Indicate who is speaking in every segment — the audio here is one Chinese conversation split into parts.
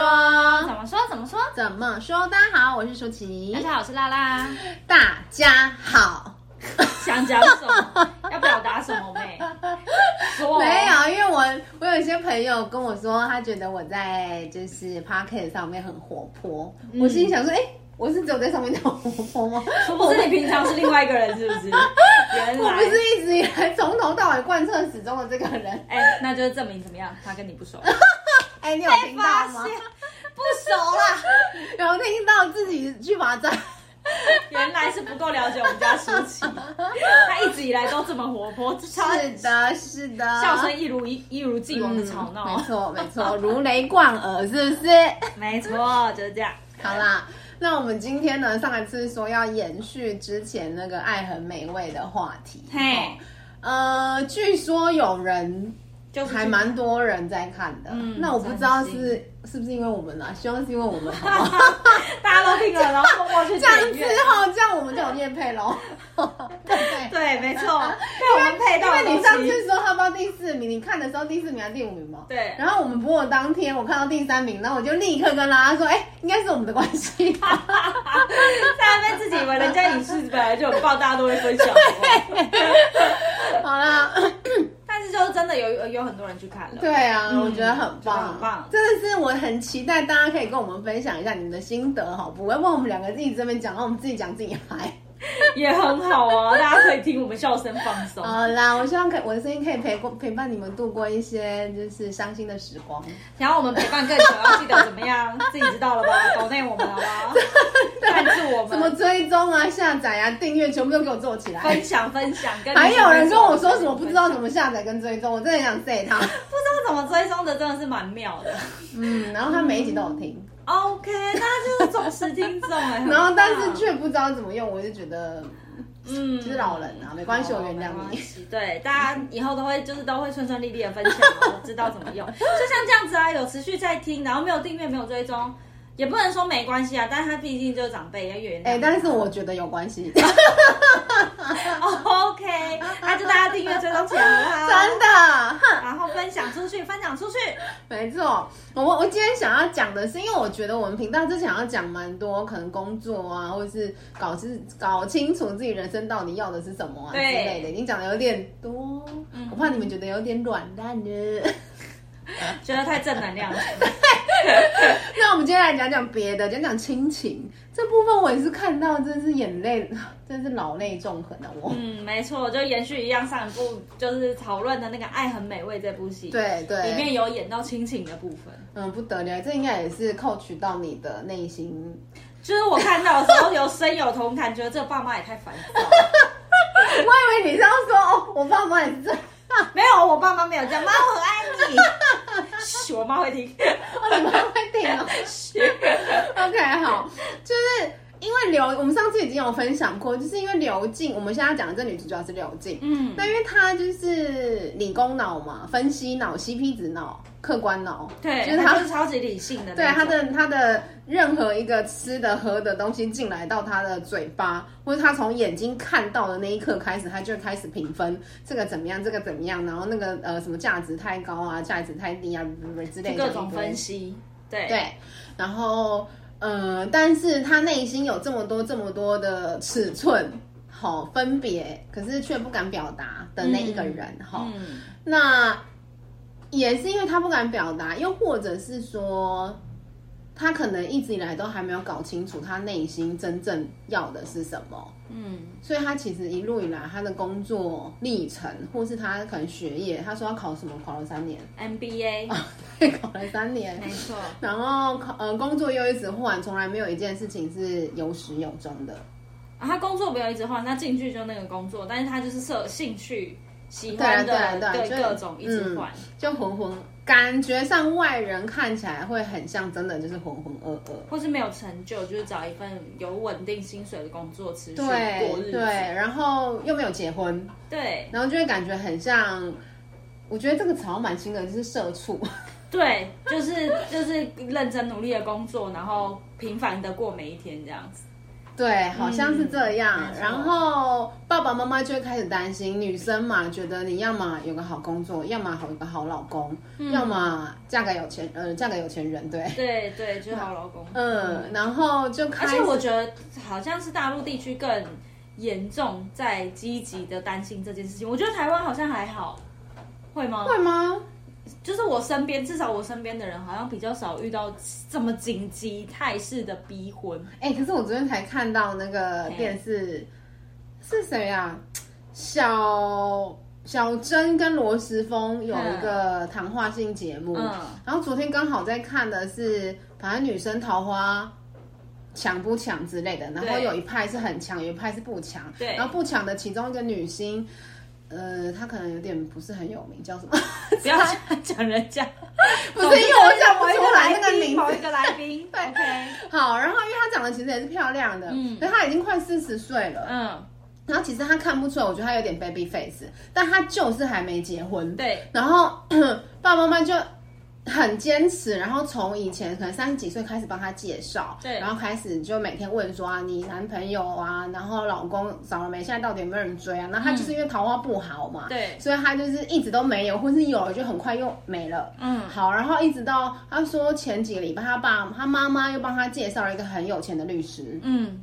Speaker 1: 啊怎么说？大家好，我是舒淇
Speaker 2: 大。家好，我是拉拉。
Speaker 1: 大家好，
Speaker 2: 想讲什么？ 要表达什么妹？说
Speaker 1: 没有，因为我我有一些朋友跟我说，他觉得我在就是 p o c k e t 上面很活泼，
Speaker 2: 嗯
Speaker 1: 我心里想说，哎、我是只有在上面才活泼吗？
Speaker 2: 说不是你平常是另外一个人，是不 是？原
Speaker 1: 我
Speaker 2: 来
Speaker 1: 不是一直以来从头到尾贯彻始终的这个人。
Speaker 2: 哎、那就是证明怎么样？他跟你不 熟，
Speaker 1: 哎、你有听到吗？
Speaker 2: 不熟啦，
Speaker 1: 有听到自己去罚站。
Speaker 2: 原来是不够了解我们家舒淇。他一直以来都这么活泼，超
Speaker 1: 是的，是的，
Speaker 2: 笑声一如一一如既往的吵闹。
Speaker 1: 嗯没错，没错， 如雷贯耳，是不是？
Speaker 2: 没错，就是这样。
Speaker 1: 好啦，那我们今天呢，上一次说要延续之前那个爱很美味的话题，
Speaker 2: 嘿，
Speaker 1: 呃，据说有人
Speaker 2: 就是
Speaker 1: 还蛮多人在看的，
Speaker 2: 嗯
Speaker 1: 那我不知道
Speaker 2: 真
Speaker 1: 是是不是因为我们啊，希望是因为我们好不好
Speaker 2: 大家都听了，然后默默去
Speaker 1: 这样
Speaker 2: 点
Speaker 1: 之
Speaker 2: 阅。
Speaker 1: 后，这样我们就有叶配喽，对不 对？
Speaker 2: 对，没错，被我们配到
Speaker 1: 因为
Speaker 2: 的东
Speaker 1: 你上
Speaker 2: 西。
Speaker 1: 次说他报第四名，你看的时候第四名还是第五名吗？
Speaker 2: 对
Speaker 1: 然后我们播的当天，我看到第三名，然后我就立刻跟拉拉说：“哎、应该是我们的关系。
Speaker 2: 在那边自己以为人家影视本来就有报，大家都会分享。好不好”
Speaker 1: 好 啦，
Speaker 2: 但是就是真的有有很多人去看了。
Speaker 1: 对啊，
Speaker 2: 嗯
Speaker 1: 我觉得很
Speaker 2: 觉得
Speaker 1: 棒，
Speaker 2: 很棒
Speaker 1: 真的是我很期待大家可以跟我们分享一下你们的心得，好不？要不然我们两个自己这边讲，然后我们自己讲自己嗨。
Speaker 2: 也很好啊，大家可以听我们笑声放松。
Speaker 1: 好啦，我希望可我的声音可以陪过陪伴你们度过一些就是伤心的时光。
Speaker 2: 然后我们陪伴更久，要记得怎么样，自己知道了 吧？抖内我们好不好？赞助我
Speaker 1: 什么
Speaker 2: 们，
Speaker 1: 追踪啊、下载啊、订阅，全部都给我做起来。
Speaker 2: 分享分享。跟
Speaker 1: 还有人跟我说什么不知道
Speaker 2: 么
Speaker 1: 怎么下载跟追踪，我真的很想 say 他。
Speaker 2: 不知道怎么追踪的，真的是蛮妙的。
Speaker 1: 嗯，然后他每一集都有听，
Speaker 2: OK，那就是忠实听众哎。很棒
Speaker 1: 然后但是却不知道怎么用，我就觉得
Speaker 2: 嗯，
Speaker 1: 就是老人啊，没关系，我原谅
Speaker 2: 没关
Speaker 1: 你。
Speaker 2: 系。对，大家以后都会就是都会顺顺利利的分享哦，知道怎么用。 就像这样子啊，有持续在听，然后没有订阅，没有追踪，也不能说没关系啊。但是他毕竟就是长辈，要原谅。
Speaker 1: 哎、但是我觉得有关系，
Speaker 2: 哦 OK，那就大家订阅追踪起来啦，
Speaker 1: 真的。
Speaker 2: 然后分享出去，分享出去。
Speaker 1: 没错，我我今天想要讲的是，因为我觉得我们频道之前要讲蛮多，可能工作啊，或者是搞清搞清楚自己人生到底要的是什么啊之
Speaker 2: 对嗯
Speaker 1: 类的，已经讲的有点多，我怕你们觉得有点软烂呢。
Speaker 2: 觉得太正能量了，
Speaker 1: 那我们今天来讲讲别的，讲讲亲情这部分，我也是看到，真是眼泪，真是老泪纵横啊！我，
Speaker 2: 嗯，没错，就延续一样上一部就是讨论的那个《爱很美味》这部戏，，
Speaker 1: 对对，
Speaker 2: 里面有演到亲情的部分。
Speaker 1: 嗯不得了，这应该也是扣取到你的内心。
Speaker 2: 就是我看到的时候有深有同感，觉得这爸妈也太烦躁了。
Speaker 1: 我以为你是要说哦，我爸妈也是这样，
Speaker 2: 没有，我爸妈没有这样，妈我很爱你。嘘，我妈会 听。
Speaker 1: 哦你妈会听 哦。
Speaker 2: 嘘
Speaker 1: OK，好，就是因为刘，我们上次已经有分享过，就是因为刘静，我们现在讲的这女主角是刘静，
Speaker 2: 嗯，
Speaker 1: 那因为她就是理工脑嘛，分析脑、CP 值脑、客观脑，
Speaker 2: 对，
Speaker 1: 就是
Speaker 2: 他
Speaker 1: 她
Speaker 2: 是超级理性的那种。
Speaker 1: 对他的他的任何一个吃的喝的东西进来到他的嘴巴，或者他从眼睛看到的那一刻开始，他就会开始评分这个怎么样，这个怎么样，然后那个呃什么价值太高啊，价值太低啊之类的
Speaker 2: 各种分。析，对，
Speaker 1: 对，然后呃，但是他内心有这么多这么多的尺寸。好分别，可是却不敢表达的那一个人，哈、
Speaker 2: 嗯，
Speaker 1: 那也是因为他不敢表达，又或者是说，他可能一直以来都还没有搞清楚他内心真正要的是什么，
Speaker 2: 嗯，
Speaker 1: 所以他其实一路以来他的工作历程，或是他可能学业，他说要考什么，考了三年，
Speaker 2: MBA，
Speaker 1: 对，考了三年。
Speaker 2: 没错，
Speaker 1: 然后考呃工作又一直换，从来没有一件事情是有始有终的。
Speaker 2: 啊，他工作没有一直换，他进去就那个工作，但是他就是设兴趣、喜欢
Speaker 1: 对啊
Speaker 2: 的，
Speaker 1: 对啊对啊就是嗯
Speaker 2: 各种一直换，
Speaker 1: 就浑浑，感觉上外人看起来会很像真的就是浑浑噩噩。
Speaker 2: 或是没有成就，就是找一份有稳定薪水的工作持续过
Speaker 1: 对
Speaker 2: 日
Speaker 1: 对，
Speaker 2: 子，
Speaker 1: 然后又没有结婚，
Speaker 2: 对
Speaker 1: 然后就会感觉很像。我觉得这个词好像蛮新的，就是社畜。
Speaker 2: 对，就是就是认真努力的工作，然后平凡的过每一天这样子，
Speaker 1: 对，好像是这样。
Speaker 2: 嗯没错
Speaker 1: 然后爸爸妈妈就会开始担心，女生嘛，觉得你要么有个好工作，要么有一个好老公，
Speaker 2: 嗯
Speaker 1: 要么嫁给有钱，呃，嫁给有钱人，对，
Speaker 2: 对对，就是好老公。
Speaker 1: 嗯，然后就开
Speaker 2: 而
Speaker 1: 始，
Speaker 2: 且我觉得好像是大陆地区更严重，在积极的担心这件事情。我觉得台湾好像还好，会吗？
Speaker 1: 会吗？
Speaker 2: 就是我身边，至少我身边的人好像比较少遇到这么紧急态势的 逼婚。
Speaker 1: 哎、可是我昨天才看到那个电视，是谁啊？小小珍跟罗时丰有一个谈话性节目，
Speaker 2: 嗯
Speaker 1: 然后昨天刚好在看的是，反正女生桃花。抢不抢之类的，然后
Speaker 2: 对
Speaker 1: 有一派是很强，有一派是不强。
Speaker 2: 对
Speaker 1: 然后不强的其中一个女星，呃，她可能有点不是很有名，叫什么？
Speaker 2: 不要讲人家，
Speaker 1: 不是因为我 讲不出来那
Speaker 2: 某一
Speaker 1: 个名
Speaker 2: 来宾
Speaker 1: 字
Speaker 2: 某。一个来宾。OK，
Speaker 1: 好，然后因为她长得其实也是漂亮的，嗯，可是她已经快四十岁了，
Speaker 2: 嗯，
Speaker 1: 然后其实他看不出来，我觉得他有点 baby face，但他就是还没结婚。
Speaker 2: 对，
Speaker 1: 然后 爸爸妈妈就很坚持，然后从以前可能三十几岁开始帮他介绍，
Speaker 2: 对
Speaker 1: 然后开始就每天问说啊，你男朋友啊，然后老公找了没？现在到底有没有人追啊？然后他就是因为桃花不好嘛，
Speaker 2: 嗯对
Speaker 1: 所以他就是一直都没有，或是有了就很快又没了。
Speaker 2: 嗯
Speaker 1: 好，然后一直到他说前几个礼拜，他爸他妈妈又帮他介绍了一个很有钱的律师，
Speaker 2: 嗯，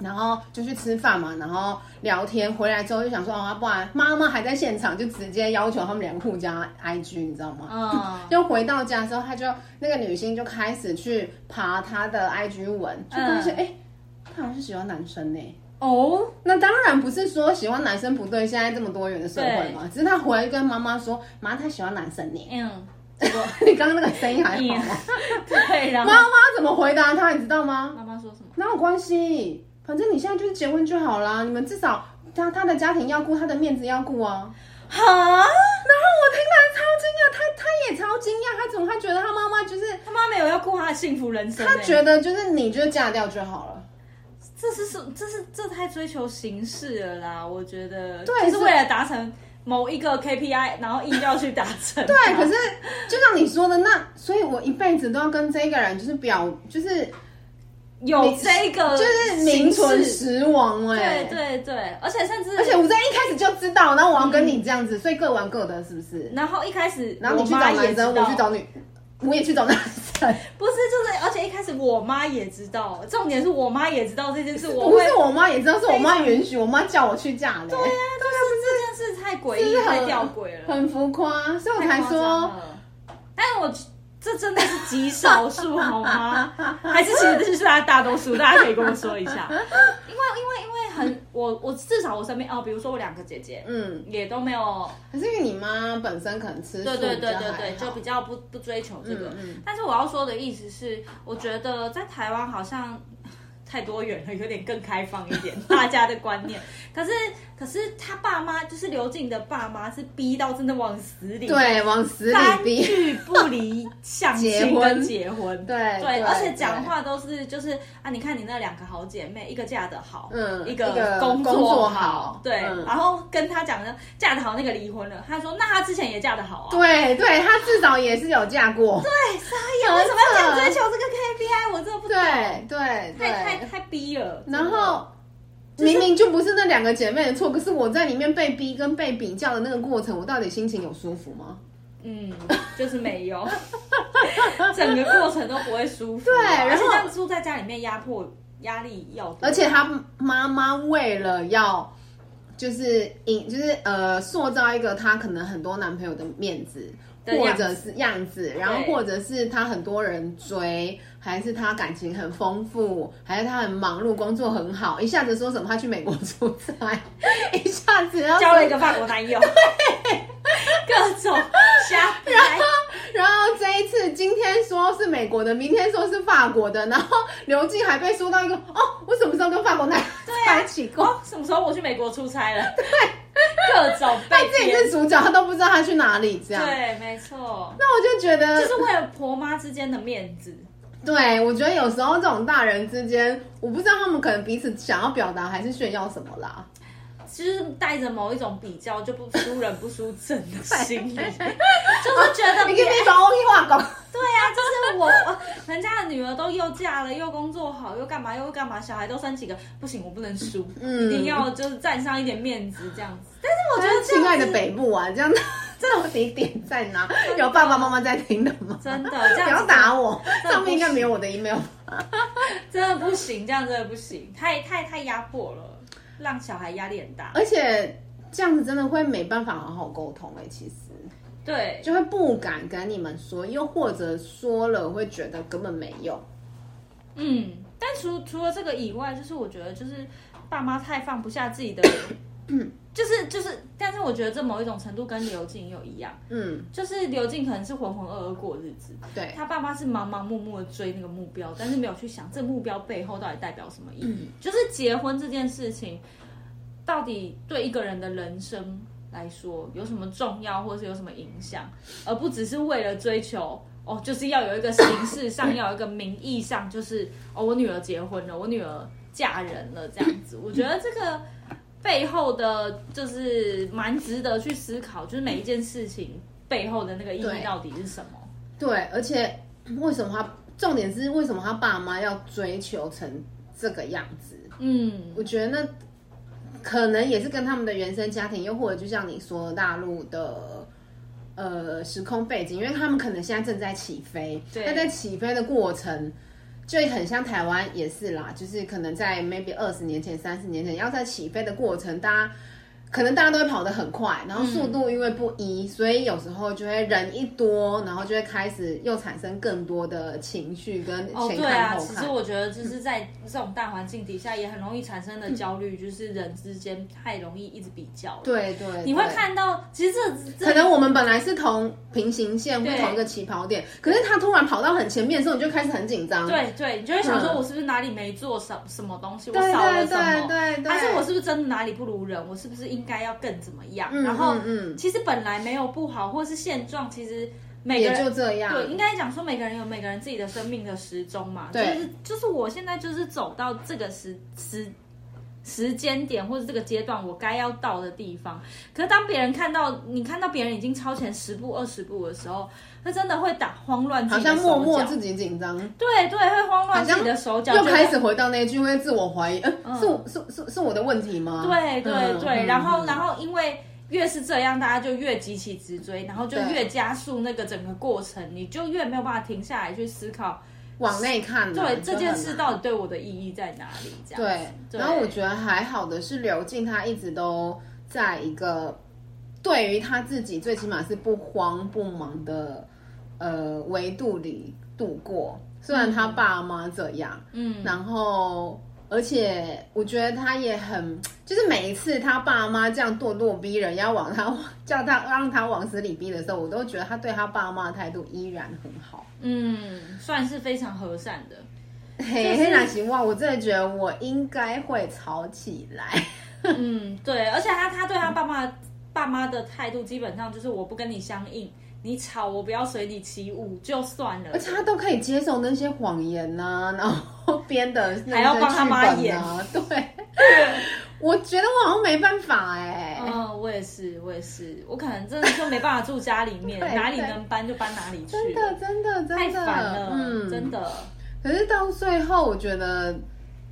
Speaker 1: 然后就去吃饭嘛，然后聊天，回来之后就想说，哦，不然妈妈还在现场，就直接要求他们两个互加 IG，你知道吗？
Speaker 2: 嗯，
Speaker 1: 就回到家之后，他就那个女星就开始去爬他的 IG
Speaker 2: 嗯
Speaker 1: 文，就发现哎、诶他好像是喜欢男生呢、
Speaker 2: 哦，
Speaker 1: 那当然不是说喜欢男生不对，现在这么多元的社会嘛，只是他回来跟妈妈说，妈他喜欢男生呢、
Speaker 2: 嗯，
Speaker 1: 你刚刚那个声音还好吗？
Speaker 2: 对，然后
Speaker 1: 妈妈怎么回答他，你知道吗？
Speaker 2: 妈妈说什么？
Speaker 1: 哪有关系？反正你现在就是结婚就好啦，你们至少他他的家庭要顾，他的面子要顾啊。
Speaker 2: 哈，
Speaker 1: 然后我听了超惊讶，他他也超惊讶，他怎么会觉得他妈妈就是
Speaker 2: 他妈没有要顾他的幸福人生欸，
Speaker 1: 他觉得就是你就嫁掉就好了。
Speaker 2: 这是什？这是这太追求形式了啦！我觉得，
Speaker 1: 对
Speaker 2: 就
Speaker 1: 是
Speaker 2: 是为了达成某一个 KPI，然后硬要去达成它。
Speaker 1: 对，哎可是就像你说的，那所以我一辈子都要跟这个人就是表就是
Speaker 2: 有这个
Speaker 1: 就是名存
Speaker 2: 形式
Speaker 1: 实亡哎、
Speaker 2: 对对对，而且甚至
Speaker 1: 而且我在一开始就知道，然后我要跟你这样子，所以各玩各的，是不是？
Speaker 2: 然后一开始
Speaker 1: 然后你去
Speaker 2: 嗯我
Speaker 1: 找
Speaker 2: 妈
Speaker 1: 男生，
Speaker 2: 也知道
Speaker 1: 我去找女，我也去找男生。
Speaker 2: 不是就是，而且一开始我妈也知道，重点是我妈也知道这件事，我
Speaker 1: 不
Speaker 2: 会
Speaker 1: 是我妈也知道，是我妈
Speaker 2: 非常
Speaker 1: 允许，我妈叫我去嫁的。对啊呀、
Speaker 2: 啊就是这件事太诡
Speaker 1: 是
Speaker 2: 异
Speaker 1: 很
Speaker 2: 啊太吊诡了，
Speaker 1: 很浮夸，所以我才
Speaker 2: 太夸张
Speaker 1: 说，
Speaker 2: 了，但是我。这真的是极少数好 吗？还是其实这就是大家大多数？大家可以跟我说一下，因为因为因为很我我至少我身边哦，比如说我两个姐姐
Speaker 1: 嗯，
Speaker 2: 也都没有
Speaker 1: 可是因为你妈本身可能吃素，
Speaker 2: 对对对
Speaker 1: 比较
Speaker 2: 对
Speaker 1: 还
Speaker 2: 对，
Speaker 1: 好
Speaker 2: 就比较不不追求这个。
Speaker 1: 嗯嗯
Speaker 2: 但是我要说的意思是，我觉得在台湾好像太多元了，有点更开放一 点，大家的观念。可是可是他爸妈就是刘静的爸妈是逼到真的往死里，，
Speaker 1: 对往死里
Speaker 2: 三
Speaker 1: 逼，
Speaker 2: 句不离相
Speaker 1: 结
Speaker 2: 亲
Speaker 1: 婚
Speaker 2: 跟结婚。
Speaker 1: 对
Speaker 2: 对，
Speaker 1: 对
Speaker 2: 而且讲话都是就是啊，你看你那两个好姐妹，一个嫁得好，
Speaker 1: 嗯
Speaker 2: 一
Speaker 1: 一个
Speaker 2: 工
Speaker 1: 工作好
Speaker 2: 好，对，
Speaker 1: 嗯
Speaker 2: 然后跟她讲的嫁得好那个离婚了，她说那她之前也嫁得好啊，
Speaker 1: 对对，她至少也是有嫁过，
Speaker 2: 对，傻眼，为什么要这样追求这个 KPI？我真的不懂，
Speaker 1: 对对
Speaker 2: 太太
Speaker 1: 对，
Speaker 2: 太逼了。
Speaker 1: 然后。
Speaker 2: 是
Speaker 1: 明明就不是那两个姐妹的错，可是我在里面被逼跟被比较的那个过程，我到底心情有舒服吗？
Speaker 2: 真的，嗯，就是没有，整个过程都不会舒服。对啊
Speaker 1: 然
Speaker 2: 而
Speaker 1: 后
Speaker 2: 且这样住在家里面压迫压力要多，
Speaker 1: 而且他妈妈为了要就是引就是呃塑造一个她可能很多男朋友的面子，
Speaker 2: 的样
Speaker 1: 或
Speaker 2: 子
Speaker 1: 者是样子，然后
Speaker 2: 对
Speaker 1: 或者是她很多人追，还是她感情很丰富，还是她很忙碌，工作很好，一下子说什么她去美国出差， 一下子 要
Speaker 2: 交了一个法国男友，各种瞎掰。
Speaker 1: 然后这一次，今天说是美国的，明天说是法国的，然后刘静还被说到一个哦，我什么时候跟法国男在一起过？
Speaker 2: 哦，什么时候我去美国出差 了？对，各种被
Speaker 1: 自己
Speaker 2: 编。
Speaker 1: 是主角，他都不知道他去哪里，这样。
Speaker 2: 对，没错，
Speaker 1: 那我就觉得，
Speaker 2: 就是为了婆妈之间的面子。
Speaker 1: 对我觉得有时候这种大人之间，我不知道他们可能彼此想要表达还是炫耀什么啦。
Speaker 2: 就是带着某一种比较就 不输人不输阵的心理，就是觉得
Speaker 1: 你
Speaker 2: 别
Speaker 1: 可以把我话搞，
Speaker 2: 对啊，啊，就是我，人 家的女儿都又嫁了，又工作好，又干嘛又干嘛，小孩都生几个，不行，我不能输，一
Speaker 1: 嗯
Speaker 2: 定要就是占上一点面子这样子。但是我觉得这
Speaker 1: 亲爱
Speaker 2: 样
Speaker 1: 的
Speaker 2: 子
Speaker 1: 北部啊，这样到底点在哪？有爸爸妈妈在听的吗？
Speaker 2: 真的这
Speaker 1: 不
Speaker 2: 样
Speaker 1: 要
Speaker 2: 子
Speaker 1: 打我，
Speaker 2: 真的
Speaker 1: 上面应该
Speaker 2: 不
Speaker 1: 没有我的 email。
Speaker 2: 真的不行，这样真的不行，太太太压迫了，让小孩压力很大。
Speaker 1: 而且这样子真的会没办法好好沟通哎、其实
Speaker 2: 对，
Speaker 1: 就会不敢跟你们说，又或者说了会觉得根本没用。
Speaker 2: 嗯，但除除了这个以外，就是我觉得就是爸妈太放不下自己的，就是就是，但是我觉得这某一种程度跟刘静又一样，
Speaker 1: 嗯，
Speaker 2: 就是刘静可能是浑浑噩噩过日子，
Speaker 1: 对，
Speaker 2: 他爸妈是忙忙碌碌的追那个目标，但是没有去想这目标背后到底代表什么意义。就是结婚这件事情，到底对一个人的人生来说有什么重要，或是有什么影响，而不只是为了追求哦，就是要有一个形式上，要有一个名义上，就是哦，我女儿结婚了，我女儿嫁人了这样子。我觉得这个。背后的就是蛮值得去思考，就是每一件事情背后的那个意
Speaker 1: 对
Speaker 2: 义到底是什么。
Speaker 1: 对，而且为什么他重点是为什么他爸妈要追求成这个样子？
Speaker 2: 嗯，
Speaker 1: 我觉得那可能也是跟他们的原生家庭，又或者就像你说大陆的呃时空背景，因为他们可能现在正在起飞，
Speaker 2: 对
Speaker 1: 那在起飞的过程。就很像台湾也是啦，就是可能在 maybe 二十年前、三十年前，要在起飞的过程，大家可能大家都会跑得很快，然后速度因为不一，所以有时候就会人一多，然后就会开始又产生更多的情绪跟
Speaker 2: 哦，
Speaker 1: 前
Speaker 2: 对
Speaker 1: 看
Speaker 2: 啊，
Speaker 1: 后
Speaker 2: 其
Speaker 1: 看。嗯
Speaker 2: 实我觉得就是在这种大环境底下，也很容易产生的焦虑，就是人之间太容易一直比较了。
Speaker 1: 对对对，
Speaker 2: 你会看到，其实这
Speaker 1: 可
Speaker 2: 这
Speaker 1: 能我们本来是同平行线或
Speaker 2: 对
Speaker 1: 同一个起跑点，可是他突然跑到很前面的时候，你就开始很紧张。
Speaker 2: 对对，你就会想说，
Speaker 1: 嗯
Speaker 2: 我是不是哪里没做什什么东西，我
Speaker 1: 对
Speaker 2: 少了
Speaker 1: 对
Speaker 2: 什么？
Speaker 1: 对对对，
Speaker 2: 还是我是不是真的哪里不如人？我是不是应该要更怎么样？
Speaker 1: 嗯
Speaker 2: 然后
Speaker 1: 嗯，嗯
Speaker 2: 其实本来没有不好，或是现状，其实每个
Speaker 1: 也
Speaker 2: 人
Speaker 1: 就这样。
Speaker 2: 对，应该讲说每个人有每个人自己的生命的时钟嘛，就
Speaker 1: 对
Speaker 2: 是就是我现在就是走到这个时时时间点或者这个阶段，我该要到的地方。可是当别人看到你看到别人已经超前十步二十步的时候，那真的会打慌乱自
Speaker 1: 好
Speaker 2: 己的
Speaker 1: 像
Speaker 2: 手脚，
Speaker 1: 默默自己紧张，
Speaker 2: 对对，会慌乱自己的手脚，
Speaker 1: 又
Speaker 2: 觉得
Speaker 1: 开始回到那一句会自我怀疑，呃，是我是是是我的问题吗？
Speaker 2: 对对
Speaker 1: 嗯
Speaker 2: 对，
Speaker 1: 嗯
Speaker 2: 然后
Speaker 1: 嗯
Speaker 2: 然后因为越是这样，大家就越急起直追，然后就
Speaker 1: 对
Speaker 2: 越加速那个整个过程，你就越没有办法停下来去思考。
Speaker 1: 往内看啊，
Speaker 2: 对
Speaker 1: 就
Speaker 2: 这件
Speaker 1: 很
Speaker 2: 事
Speaker 1: 难
Speaker 2: 到底对我的意义在哪里？这样
Speaker 1: 对，
Speaker 2: 对
Speaker 1: 然后我觉得还好的是刘静，她一直都在一个对于她自己最起码是不慌不忙的呃维度里度过。虽然她爸妈这样，
Speaker 2: 嗯，
Speaker 1: 然后而且我觉得她也很，就是每一次她爸妈这样咄咄逼人，要往她叫她让她往死里逼的时候，我都觉得她对她爸妈的态度依然很好。
Speaker 2: 嗯，算是非常和善的。
Speaker 1: 嘿，黑兰行哇，我真的觉得我应该会吵起来。
Speaker 2: 嗯，对，而且他他对他爸妈爸妈的态度基本上就是我不跟你相应，你吵我不要随你起舞就算了
Speaker 1: 而。且他都可以接受那些谎言呐、 然后编的那些
Speaker 2: 还要帮他妈
Speaker 1: 剧本啊， 对。我觉得我好像没办法哎、
Speaker 2: 嗯，我也是，我也是，我可能真的就没办法住家里 面，
Speaker 1: 对
Speaker 2: 哪里
Speaker 1: 对
Speaker 2: 能搬就搬哪里去，
Speaker 1: 真的真的
Speaker 2: 太
Speaker 1: 真
Speaker 2: 烦
Speaker 1: 的
Speaker 2: 了，，真。的。
Speaker 1: 可是到最后，我觉得，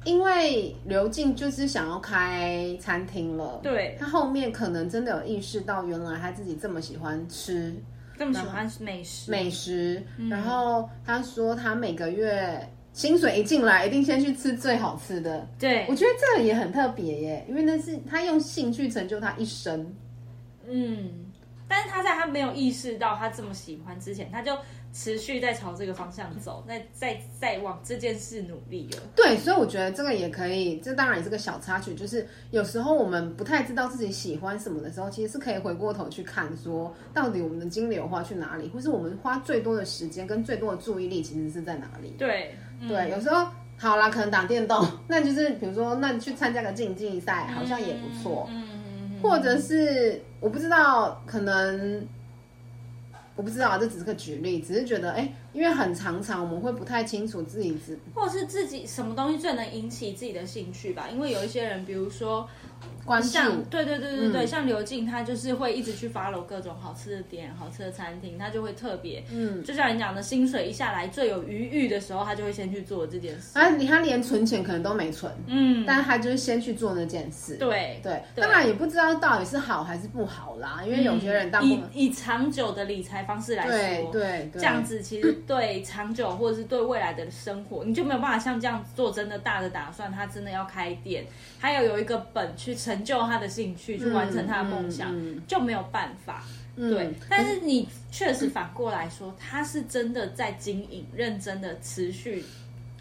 Speaker 1: 因为刘静就是想要开餐厅了，
Speaker 2: 对
Speaker 1: 他后面可能真的有意识到，原来他自己这么喜欢吃，
Speaker 2: 这么喜欢美食，
Speaker 1: 美食，
Speaker 2: 嗯
Speaker 1: 然后他说他每个月薪水一进来，一定先去吃最好吃的。
Speaker 2: 对
Speaker 1: 我觉得这个也很特别耶，因为那是他用兴趣成就他一生。
Speaker 2: 嗯，但是他在他没有意识到他这么喜欢之前，他就持续在朝这个方向走，在在在往这件事努力了。
Speaker 1: 对，所以我觉得这个也可以，这当然也是个小插曲，就是有时候我们不太知道自己喜欢什么的时候，其实是可以回过头去看，说到底我们的金流花去哪里，或是我们花最多的时间跟最多的注意力其实是在哪里。
Speaker 2: 对，嗯
Speaker 1: 对，有时候好啦，可能打电动， 那就是比如说，那你去参加个竞技赛，好像也不错。
Speaker 2: 嗯嗯嗯，
Speaker 1: 或者是我不知道，可能我不知道，这只是个举例，只是觉得哎、因为很常常我们会不太清楚自己自
Speaker 2: 嗯或者是自己什么东西最能引起自己的兴趣吧？因为有一些人，比如说
Speaker 1: 关注，
Speaker 2: 像对对对对对，
Speaker 1: 嗯
Speaker 2: 像刘静她就是会一直去 follow 各种好吃的点、好吃的餐厅，她就会特别，
Speaker 1: 嗯，
Speaker 2: 就像你讲的，薪水一下来最有余裕的时候，她就会先去做这件事。
Speaker 1: 啊，你他连存钱可能都没存，
Speaker 2: 嗯，
Speaker 1: 但他就是先去做那件事。
Speaker 2: 对
Speaker 1: 对，
Speaker 2: 对
Speaker 1: 当然也不知道到底是好还是不好啦，因为有些人当部
Speaker 2: 以
Speaker 1: 分
Speaker 2: 以长久的理财方式来
Speaker 1: 对
Speaker 2: 说，
Speaker 1: 对对，
Speaker 2: 这样子其实对长久或者是对未来的生活，你就没有办法像这样做真的大的打算。他真的要开店，他要有一个本去成就他的兴趣，去完成他的梦想，
Speaker 1: 嗯嗯嗯
Speaker 2: 就没有办法。对
Speaker 1: 嗯，
Speaker 2: 但是你确实反过来说，他是真的在经营，认真的持续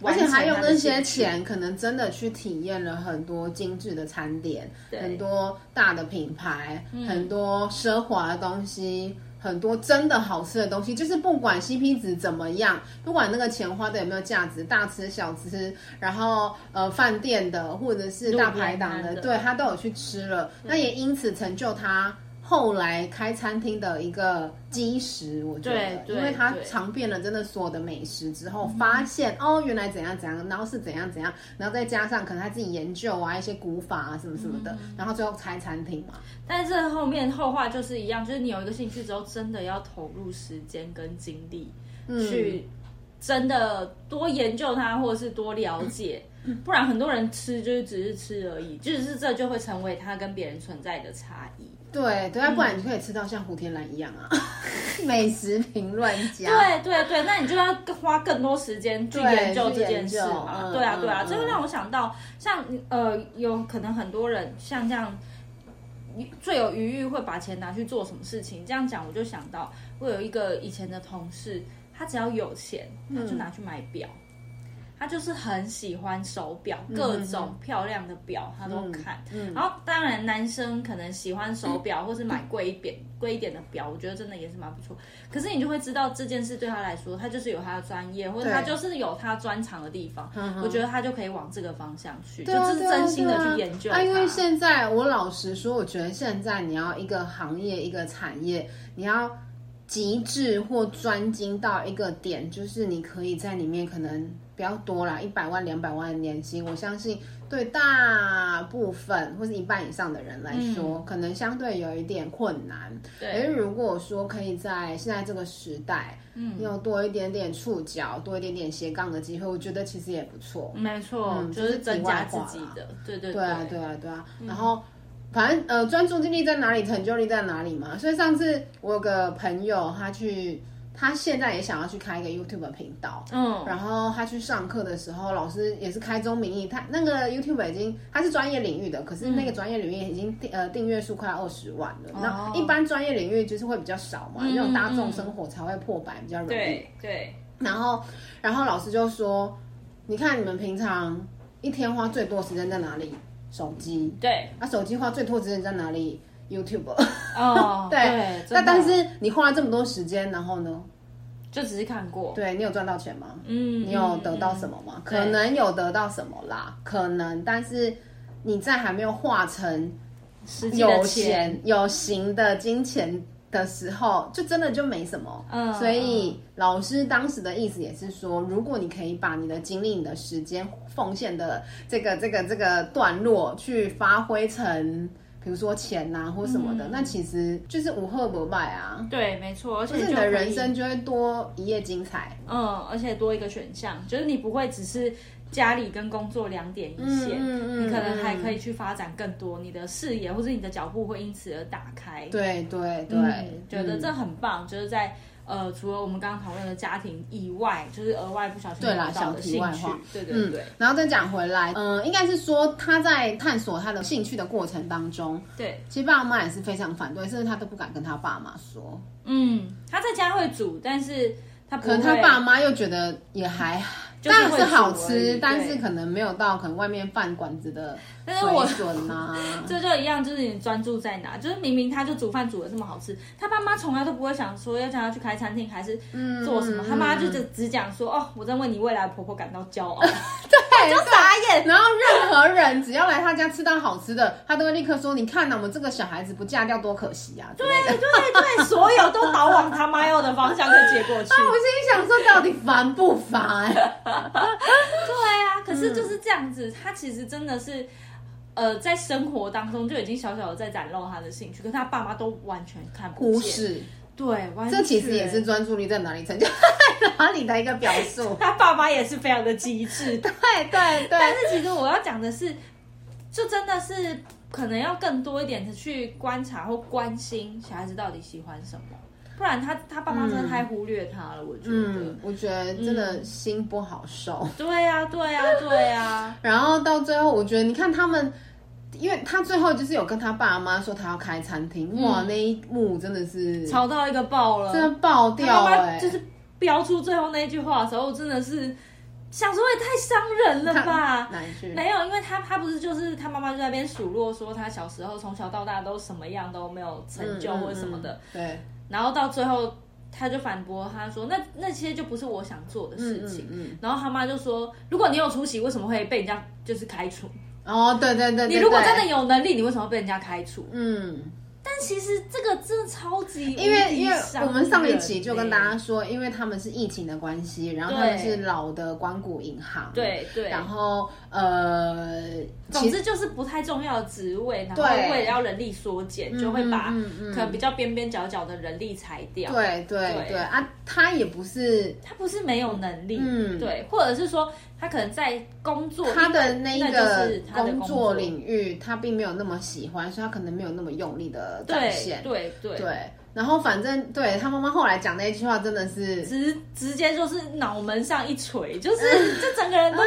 Speaker 1: 而
Speaker 2: 完
Speaker 1: 且
Speaker 2: 成
Speaker 1: 还
Speaker 2: 他的兴趣，
Speaker 1: 有那些钱，可能真的去体验了很多精致的餐点，
Speaker 2: 对
Speaker 1: 很多大的品牌，很多奢华的东西。很多真的好吃的东西，就是不管 CP 值怎么样，不管那个钱花的有没有价值，大吃小吃，然后呃饭店的或者是大排档
Speaker 2: 路边摊
Speaker 1: 的，
Speaker 2: 的
Speaker 1: 对他都有去吃了，那也因此成就他后来开餐厅的一个基石，我觉
Speaker 2: 对
Speaker 1: 得，
Speaker 2: 对
Speaker 1: 因为他
Speaker 2: 对
Speaker 1: 尝遍了真的所有的美食之后，发现
Speaker 2: 嗯
Speaker 1: 哦，原来怎样怎样，然后是怎样怎样，然后再加上可能他自己研究啊，一些古法啊什么什么
Speaker 2: 嗯
Speaker 1: 的，然后最后开餐厅嘛。
Speaker 2: 但是后面后话就是一样，就是你有一个兴趣之后，真的要投入时间跟精力、去
Speaker 1: 嗯
Speaker 2: 真的多研究它，或者是多了解。
Speaker 1: 嗯
Speaker 2: 不然很多人吃就是只是吃而已，就是这就会成为他跟别人存在的差异。
Speaker 1: 对对啊，不然你就可以吃到像胡天蓝一样啊， 美食评论家。
Speaker 2: 对对对，那你就要花更多时间去
Speaker 1: 对
Speaker 2: 研究
Speaker 1: 去
Speaker 2: 这件
Speaker 1: 研
Speaker 2: 事
Speaker 1: 究
Speaker 2: 嘛。
Speaker 1: 嗯
Speaker 2: 对啊
Speaker 1: 嗯
Speaker 2: 对啊，
Speaker 1: 嗯
Speaker 2: 这会让我想到，像呃，有可能很多人像这样。最有余裕会把钱拿去做什么事情？这样讲我就想到，我有一个以前的同事，他只要有钱，
Speaker 1: 嗯
Speaker 2: 他就拿去买表，他就是很喜欢手表，
Speaker 1: 嗯
Speaker 2: 各种漂亮的表他都看。然后当然男生可能喜欢手 表，或是买贵一点、贵一点的表，我觉得真的也是蛮不错。可是你就会知道这件事对他来说，他就是有他的专业，或者他就是有他专长的地方。我觉得他就可以往这个方向去，
Speaker 1: 嗯对啊
Speaker 2: 就是真心的去研究
Speaker 1: 对啊
Speaker 2: 它。
Speaker 1: 啊因为现在我老实说，我觉得现在你要一个行业一个产业，你要极致或专精到一个点，就是你可以在里面可能不要多啦，一百万两百万的年薪，我相信对大部分或是一半以上的人来说，可能相对有一点困难。
Speaker 2: 嗯对
Speaker 1: 而如果说可以在现在这个时代，嗯，有多一点点触角，多一点点斜杠的机会，我觉得其实也不错。
Speaker 2: 没错，
Speaker 1: 嗯
Speaker 2: 就
Speaker 1: 就是是
Speaker 2: 增
Speaker 1: 题
Speaker 2: 加
Speaker 1: 外
Speaker 2: 自
Speaker 1: 话
Speaker 2: 己
Speaker 1: 啦
Speaker 2: 的，对对嗯
Speaker 1: 对啊，对啊，对啊。然后反正呃，专注精力在哪里，成就力在哪里嘛。所以上次我有个朋友，他去，他现在也想要去开一个 YouTube 频道。
Speaker 2: 嗯，
Speaker 1: 然后他去上课的时候，老师也是开宗明义，他那个 YouTube 已经他是专业领域的，可是那个专业领域已经订、呃订阅数快二十万了。那、一般专业领域就是会比较少嘛，
Speaker 2: 哦嗯
Speaker 1: 那种大
Speaker 2: 嗯
Speaker 1: 众生活才会破百，比较容易。
Speaker 2: 对对，
Speaker 1: 然后，然后老师就说：“你看你们平常一天花最多时间在哪里？手机。
Speaker 2: 对，
Speaker 1: 那、手机花最多时间在哪里？YouTube。
Speaker 2: 哦，对，
Speaker 1: 那
Speaker 2: 真的
Speaker 1: 但是你花了这么多时间，然后呢？
Speaker 2: 就只是看过，
Speaker 1: 对你有赚到钱吗？
Speaker 2: 嗯，
Speaker 1: 你有得到什么吗？
Speaker 2: 对
Speaker 1: 可能有得到什么啦，可能，但是你在还没有化成
Speaker 2: 嗯实际的
Speaker 1: 有？钱有形的金钱的时候，就真的就没什么。
Speaker 2: 嗯
Speaker 1: 所以老师当时的意思也是说，如果你可以把你的精力、你的时间奉献的这个、这个、这个段落去发挥成，比如说钱呐、或什么
Speaker 2: 嗯
Speaker 1: 的，那其实就是无赫不败啊，
Speaker 2: 对，没错，而且
Speaker 1: 就是
Speaker 2: 就
Speaker 1: 你
Speaker 2: 可
Speaker 1: 的
Speaker 2: 以
Speaker 1: 人生就会多一夜精彩。
Speaker 2: 嗯，而且多一个选项，就是你不会只是家里跟工作两点一线，
Speaker 1: 嗯嗯嗯
Speaker 2: 你可能还
Speaker 1: 嗯
Speaker 2: 可以去发展更多，你的视野或者你的脚步会因此而打开。
Speaker 1: 对对对，
Speaker 2: 嗯觉得
Speaker 1: 嗯
Speaker 2: 这很棒，就是在呃，除了我们刚刚讨论的家庭以外，就是额外不小心
Speaker 1: 对啦
Speaker 2: 得到的
Speaker 1: 小题
Speaker 2: 兴
Speaker 1: 外
Speaker 2: 趣
Speaker 1: 话，
Speaker 2: 对对对
Speaker 1: 嗯，然后再讲回来，嗯、应该是说他在探索他的兴趣的过程当中，
Speaker 2: 对，
Speaker 1: 其实爸妈也是非常反对，甚至他都不敢跟他爸妈说。
Speaker 2: 嗯，他在家会煮，但是他不
Speaker 1: 可
Speaker 2: 会，
Speaker 1: 能他爸妈又觉得也还，
Speaker 2: 就是
Speaker 1: 当然
Speaker 2: 会
Speaker 1: 是好
Speaker 2: 煮而已
Speaker 1: 吃，但是
Speaker 2: 对
Speaker 1: 可能没有到可能外面饭馆子的
Speaker 2: 但是我
Speaker 1: 水准 啊。
Speaker 2: 这就一样，就是你专注在哪，就是明明他就煮饭煮的这么好吃，他爸妈从来都不会想说要叫他去开餐厅还是
Speaker 1: 嗯
Speaker 2: 做什么，他妈就只只讲说哦，我在为你未来的婆婆感到骄傲，
Speaker 1: 对，就傻眼。然后任何人只要来他家吃到好吃的，他都会立刻说：“你看呐、我们这个小孩子不嫁掉多可惜啊！”对。
Speaker 2: 对对对，所有都导往他妈要的方向跟结 果去。
Speaker 1: 啊我心里想说，到底烦不烦？嗯
Speaker 2: 对啊，可是就是这样子，他其实真的是。呃在生活当中就已经小小的在展露他的兴趣，可是他爸妈都完全看 不
Speaker 1: 忽
Speaker 2: 见，
Speaker 1: 视，
Speaker 2: 对，完全
Speaker 1: 这其实也是专注力在哪里成就哪里的一个表 述。
Speaker 2: 他爸妈也是非常的机智，
Speaker 1: 对对
Speaker 2: 但
Speaker 1: 对，
Speaker 2: 是其实我要讲的是，就真的是可能要更多一点的去观察或关心小孩子到底喜欢什么，不然他他爸妈真的太忽略他了，我觉得。
Speaker 1: 嗯，我觉得真的心不好受。
Speaker 2: 对呀、对呀、对啊呀、
Speaker 1: 然后到最后，我觉得你看他们，因为他最后就是有跟他爸妈说他要开餐厅，
Speaker 2: 嗯
Speaker 1: 哇，那一幕真的是
Speaker 2: 吵到一个爆了，
Speaker 1: 真的爆掉
Speaker 2: 他妈
Speaker 1: 哎、
Speaker 2: 妈就是飙出最后那一句话的时候，我真的是想说也太伤人了 吧。
Speaker 1: 哪一句？
Speaker 2: 没有，因为他他不是就是他妈妈就在那边数落说他小时候从小到大都什么样都没有成就或者什么的，
Speaker 1: 嗯，嗯
Speaker 2: 然后到最后他就反驳他说那那些就不是我想做的
Speaker 1: 嗯
Speaker 2: 事
Speaker 1: 对，
Speaker 2: 情。
Speaker 1: 嗯
Speaker 2: 然后他妈就说：“如果你有出息，为什么会被人家就是开除？
Speaker 1: 嗯，哦，对对对，
Speaker 2: 你
Speaker 1: 对
Speaker 2: 如果
Speaker 1: 对
Speaker 2: 真的有能力，你为什么会被人家开除？”
Speaker 1: 嗯，
Speaker 2: 但其实这个真的超级
Speaker 1: 因为因为我们上一期
Speaker 2: 期
Speaker 1: 就跟大家说，因为他们是疫情的关系，然后他们
Speaker 2: 欸对
Speaker 1: 是老的光谷银行，，
Speaker 2: 对对，
Speaker 1: 然后呃，其
Speaker 2: 总之就是不太重要的职位，然后
Speaker 1: 对
Speaker 2: 为了要人力缩减，就会把
Speaker 1: 嗯嗯嗯
Speaker 2: 可能比较边边角角的人力裁掉。
Speaker 1: 对对
Speaker 2: 对
Speaker 1: 对啊，他也不是
Speaker 2: 他不是没有能力，
Speaker 1: 嗯
Speaker 2: 对，或者是说他可能在工作
Speaker 1: 他的
Speaker 2: 因为
Speaker 1: 那一
Speaker 2: 那
Speaker 1: 个
Speaker 2: 就是他的
Speaker 1: 工作
Speaker 2: 作
Speaker 1: 领域，他并没有那么喜欢，所以他可能没有那么用力的展
Speaker 2: 对
Speaker 1: 现。
Speaker 2: 对对，
Speaker 1: 对，然后反正对他妈妈后来讲那一句话，真的是
Speaker 2: 直直接就是脑门上一锤，就是 这整个人都，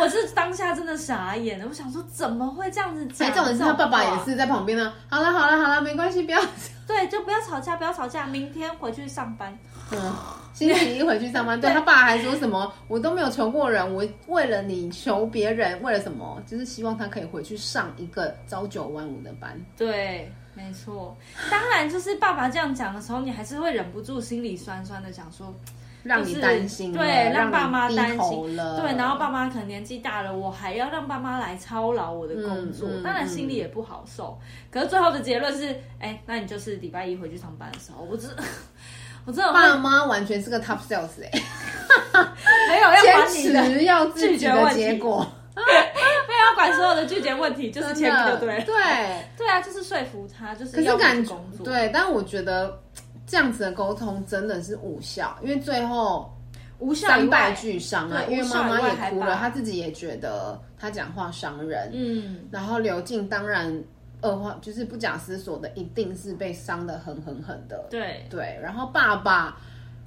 Speaker 2: 我是当下真的傻眼了，我想说怎么会这样子
Speaker 1: 哎，
Speaker 2: 讲？
Speaker 1: 重点是他爸爸也
Speaker 2: 是。
Speaker 1: 是在旁边呢。好了好了好了，没关系，不要。
Speaker 2: 对，就不要吵架，不要吵架，明天回去上班。
Speaker 1: 嗯， 星期一回去上班，对他爸还说什么，我都没有求过人，我为了你求别人，为了什么？就是希望他可以回去上一个朝九晚五的班。
Speaker 2: 对，没错。当然，就是爸爸这样讲的时候，你还是会忍不住心里酸酸的，想说，
Speaker 1: 让
Speaker 2: 就
Speaker 1: 你
Speaker 2: 是
Speaker 1: 担心了，
Speaker 2: 对让爸妈
Speaker 1: 你低
Speaker 2: 担心
Speaker 1: 头了，
Speaker 2: 对，然后爸妈可能年纪大了，我还要让爸妈来操劳我的工作，
Speaker 1: 嗯嗯嗯
Speaker 2: 当然心里也不好受。可是最后的结论是，哎，那你就是礼拜一回去上班的时候，我 真，我真的会
Speaker 1: 爸妈完全是个 top sales 哎、
Speaker 2: 没有要管你
Speaker 1: 坚
Speaker 2: 的，
Speaker 1: 持要自己的结果，
Speaker 2: 没有要管所有的拒绝问题，就是前面就对
Speaker 1: 真的
Speaker 2: 了。
Speaker 1: 对。
Speaker 2: 对啊，就是说服他，就是
Speaker 1: 可是
Speaker 2: 要我去
Speaker 1: 感觉
Speaker 2: 工作，
Speaker 1: 对，但我觉得这样子的沟通真的是无效，因为最后
Speaker 2: 无效以
Speaker 1: 三败
Speaker 2: 外，
Speaker 1: 俱伤啊。
Speaker 2: 对
Speaker 1: 因为妈妈
Speaker 2: 无效以外
Speaker 1: 也
Speaker 2: 还
Speaker 1: 哭
Speaker 2: 罢
Speaker 1: 了，她自己也觉得她讲话伤人，
Speaker 2: 嗯。
Speaker 1: 然后刘静当然二话就是不假思索的，一定是被伤得很狠狠的。
Speaker 2: 对，
Speaker 1: 对，然后爸爸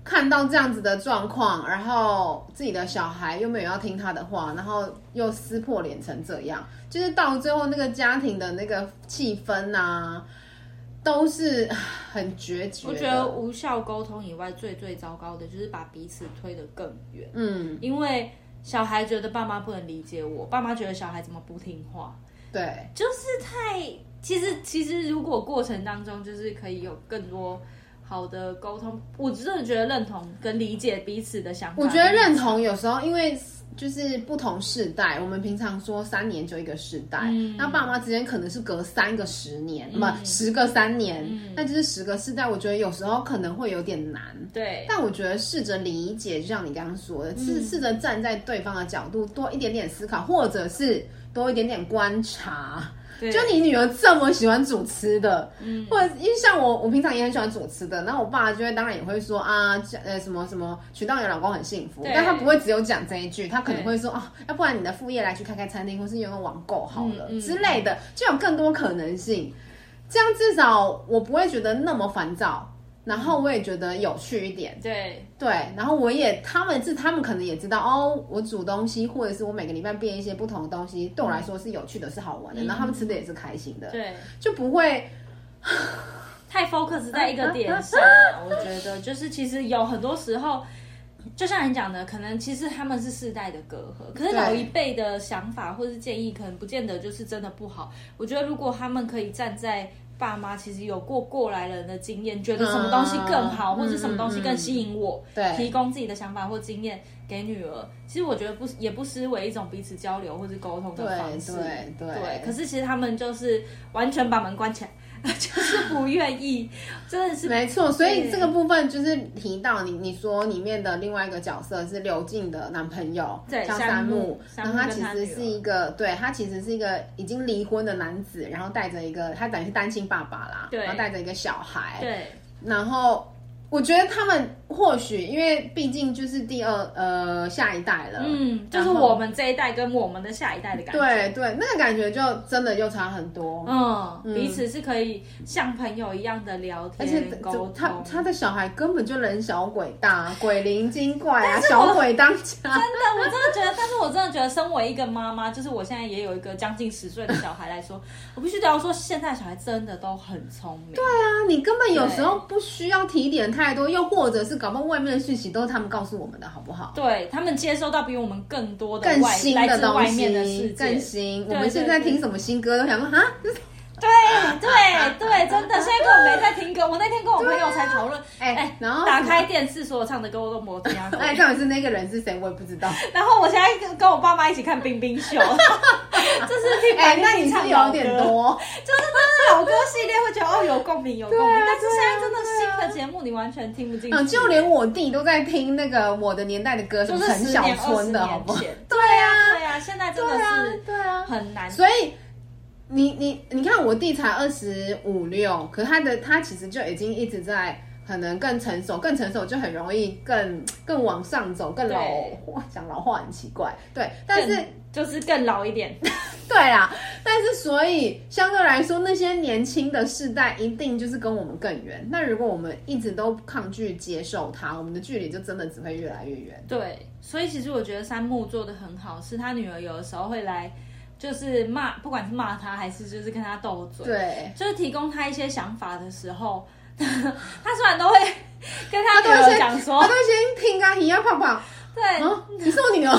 Speaker 1: 看到这样子的状况，然后自己的小孩又没有要听他的话，然后又撕破脸成这样，就是到最后那个家庭的那个气氛呐、都是唉很决绝的。
Speaker 2: 我觉得无效沟通以外，最最糟糕的就是把彼此推得更远，
Speaker 1: 嗯，
Speaker 2: 因为小孩觉得爸妈不能理解我，爸妈觉得小孩怎么不听话，
Speaker 1: 对，
Speaker 2: 就是太……其实其实如果过程当中就是可以有更多好的沟通，我真的觉得认同跟理解彼此的想法，
Speaker 1: 我觉得认同有时候因为。就是不同世代，我们平常说三年就一个世代，
Speaker 2: 嗯
Speaker 1: 那爸妈之间可能是隔三个十年，
Speaker 2: 嗯
Speaker 1: 嘛，十个三年，
Speaker 2: 嗯
Speaker 1: 那就是十个世代。我觉得有时候可能会有点难，
Speaker 2: 对
Speaker 1: 但我觉得试着理解，就像你刚刚说的，
Speaker 2: 嗯
Speaker 1: 试试着站在对方的角度，多一点点思考，或者是多一点点观察。
Speaker 2: 对
Speaker 1: 就你女儿这么喜欢煮吃的，
Speaker 2: 嗯
Speaker 1: 或者因为像我，我平常也很喜欢煮吃的，那我爸就会当然也会说啊，这呃什么什么，娶到你的老公很幸福，
Speaker 2: 对
Speaker 1: 但他不会只有讲这一句，他可能
Speaker 2: 对
Speaker 1: 会说啊，要不然你的副业来去开开餐厅，或是用用网购好了、
Speaker 2: 嗯嗯
Speaker 1: 之类的，就有更多可能性。这样至少我不会觉得那么烦躁，然后我也觉得有趣一点。
Speaker 2: 对
Speaker 1: 对，然后我也，他们是他们可能也知道哦，我煮东西或者是我每个礼拜变一些不同的东西，对我来说是有趣的，是好玩的，
Speaker 2: 嗯
Speaker 1: 然后他们吃的也是开心的，
Speaker 2: 对，
Speaker 1: 就不会
Speaker 2: 太 focus 在一个点上了。我觉得就是其实有很多时候，就像你讲的，可能其实他们是世代的隔阂，可是
Speaker 1: 对
Speaker 2: 老一辈的想法或是建议，可能不见得就是真的不好。我觉得如果他们可以站在爸妈其实有过过来人的经验，觉得什么东西更
Speaker 1: 嗯
Speaker 2: 好，或者什么东西更吸引我，
Speaker 1: 对
Speaker 2: 提供自己的想法或经验给女儿，其实我觉得不也不失为一种彼此交流或是沟通的
Speaker 1: 对
Speaker 2: 方式。
Speaker 1: 对对
Speaker 2: 对，可是其实他们就是完全把门关起来，就是不愿意， 真的是
Speaker 1: 没错，所以这个部分就是提到你你说里面的另外一个角色是刘静的男朋友
Speaker 2: 对
Speaker 1: 叫
Speaker 2: 山
Speaker 1: 木
Speaker 2: 木，
Speaker 1: 然
Speaker 2: 山
Speaker 1: 后
Speaker 2: 木
Speaker 1: 他
Speaker 2: 跟
Speaker 1: 其
Speaker 2: 他
Speaker 1: 实
Speaker 2: 女儿
Speaker 1: 是一个对他其实是一个已经离婚的男子，然后带着一个他等于是单亲爸爸啦，
Speaker 2: 对
Speaker 1: 然后带着一个小孩，
Speaker 2: 对
Speaker 1: 然后我觉得他们或许因为毕竟就是第二呃下一代了，
Speaker 2: 嗯，就是
Speaker 1: 然后
Speaker 2: 我们这一代跟我们的下一代的感觉，
Speaker 1: 对对，那个感觉就真的又差很多，
Speaker 2: 嗯，彼此是可以像朋友一样的聊
Speaker 1: 而且
Speaker 2: 天
Speaker 1: 这
Speaker 2: 沟通，
Speaker 1: 他他的小孩根本就人小鬼大，鬼灵精怪 啊，
Speaker 2: 是我
Speaker 1: 小鬼当家。
Speaker 2: 哦真的，我真的觉得，但是我真的觉得，身为一个妈妈，就是我现在也有一个将近十岁的小孩来说， 我必须得要说，现在小孩真的都很聪明。对，
Speaker 1: 啊你根本有时候不需要提点太多，又或者是搞不好外面的讯息都是他们告诉我们的，好不好？
Speaker 2: 他们接收到比我们更多的
Speaker 1: 更
Speaker 2: 外
Speaker 1: 新
Speaker 2: 来自
Speaker 1: 东
Speaker 2: 外面的
Speaker 1: 西
Speaker 2: 世，界
Speaker 1: 更。新。我
Speaker 2: 对
Speaker 1: 们现在
Speaker 2: 对对
Speaker 1: 听什么新歌都想说啊，这是
Speaker 2: 对对对，真的，现在根本没在听歌。我那天跟我朋友才讨论，
Speaker 1: 哎、
Speaker 2: 哎
Speaker 1: 然后
Speaker 2: 打开电视，所有唱的歌我都没听啊。
Speaker 1: 哎，到底是那个人是谁，我也不知道。
Speaker 2: 然后我现在跟跟我爸妈一起看《冰冰 秀》，就是听
Speaker 1: 哎、
Speaker 2: 白冰
Speaker 1: 那你
Speaker 2: 冰
Speaker 1: 是
Speaker 2: 唱
Speaker 1: 有
Speaker 2: 老
Speaker 1: 点
Speaker 2: 歌。
Speaker 1: 多，
Speaker 2: 就是真的老歌系列会觉得哦有共鸣有共鸣，
Speaker 1: 对啊
Speaker 2: 但是现在真的
Speaker 1: 对啊
Speaker 2: 新的节目你完全听不进去，
Speaker 1: 嗯，就连我弟都在听那个我的年代的歌，什
Speaker 2: 就
Speaker 1: 么
Speaker 2: 是
Speaker 1: 陈
Speaker 2: 十
Speaker 1: 小
Speaker 2: 年二十
Speaker 1: 春的，好
Speaker 2: 年
Speaker 1: 不好？
Speaker 2: 前，对啊对啊，现在真的
Speaker 1: 对啊
Speaker 2: 是，
Speaker 1: 对啊。
Speaker 2: 很难，
Speaker 1: 所以你你你看，我弟才二十五六，可他的他其实就已经一直在可能更成熟，更成熟就很容易更更往上走，更老
Speaker 2: 对。
Speaker 1: 哇讲老话很奇怪，对，但是
Speaker 2: 更就是更老一点，
Speaker 1: 对啦，但是所以相对来说，那些年轻的世代一定就是跟我们更远。那如果我们一直都抗拒接受它，我们的距离就真的只会越来越远。
Speaker 2: 对，所以其实我觉得三木做的很好，是他女儿有的时候会来，就是骂，不管是骂他还是就是跟他斗嘴，
Speaker 1: 对，
Speaker 2: 就是提供他一些想法的时候， 他虽然都会跟
Speaker 1: 他
Speaker 2: 他女
Speaker 1: 都会
Speaker 2: 儿
Speaker 1: 先
Speaker 2: 讲说
Speaker 1: 他，都会先听啊，你要泡泡，
Speaker 2: 对，
Speaker 1: 啊，你是我女 儿。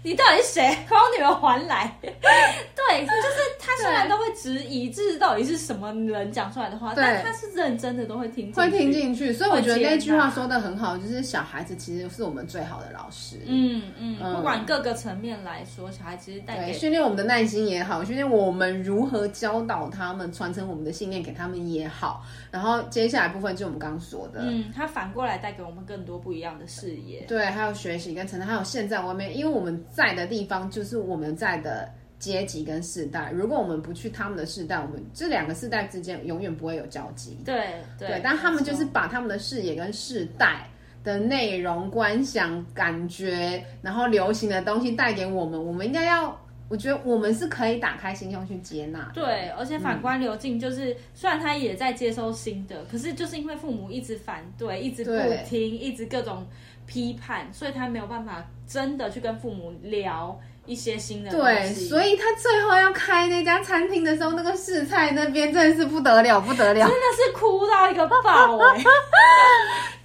Speaker 2: 你到底是谁？把我女儿还来！ 对，就是他虽然都会质疑，这是到底是什么人讲出来的话，
Speaker 1: 对
Speaker 2: 但他是认真的都会听进去
Speaker 1: 会听。进去，所以我觉得
Speaker 2: 会接纳
Speaker 1: 那句话说的很好，就是小孩子其实是我们最好的老师。
Speaker 2: 嗯嗯，
Speaker 1: 嗯
Speaker 2: 不管各个层面来说，小孩其实带
Speaker 1: 对，
Speaker 2: 给
Speaker 1: 训练我们的耐心也好，训练我们如何教导他们、传承我们的信念给他们也好。然后接下来部分就是我们刚刚说的，
Speaker 2: 嗯，他反过来带给我们更多不一样的视野。
Speaker 1: 对，还有学习跟成长，还有现在外面，因为我们在的地方就是我们在的阶级跟世代。如果我们不去他们的世代，我们这两个世代之间永远不会有交集。
Speaker 2: 对对
Speaker 1: 对，，但他们就是把他们的视野跟世代的内容、观想、感觉，然后流行的东西带给我们，我们应该要，我觉得我们是可以打开心胸去接纳的。
Speaker 2: 对，而且
Speaker 1: 嗯
Speaker 2: 反观刘静，就是、虽然她也在接收新的，可是就是因为父母一直反对，一直不
Speaker 1: 对
Speaker 2: 听，一直各种批判，所以她没有办法真的去跟父母聊一些新的东
Speaker 1: 对，
Speaker 2: 西。
Speaker 1: 所以他最后要开那家餐厅的时候，那个试菜那边真的是不得了，不得了
Speaker 2: 真！的是哭到一个爆哎、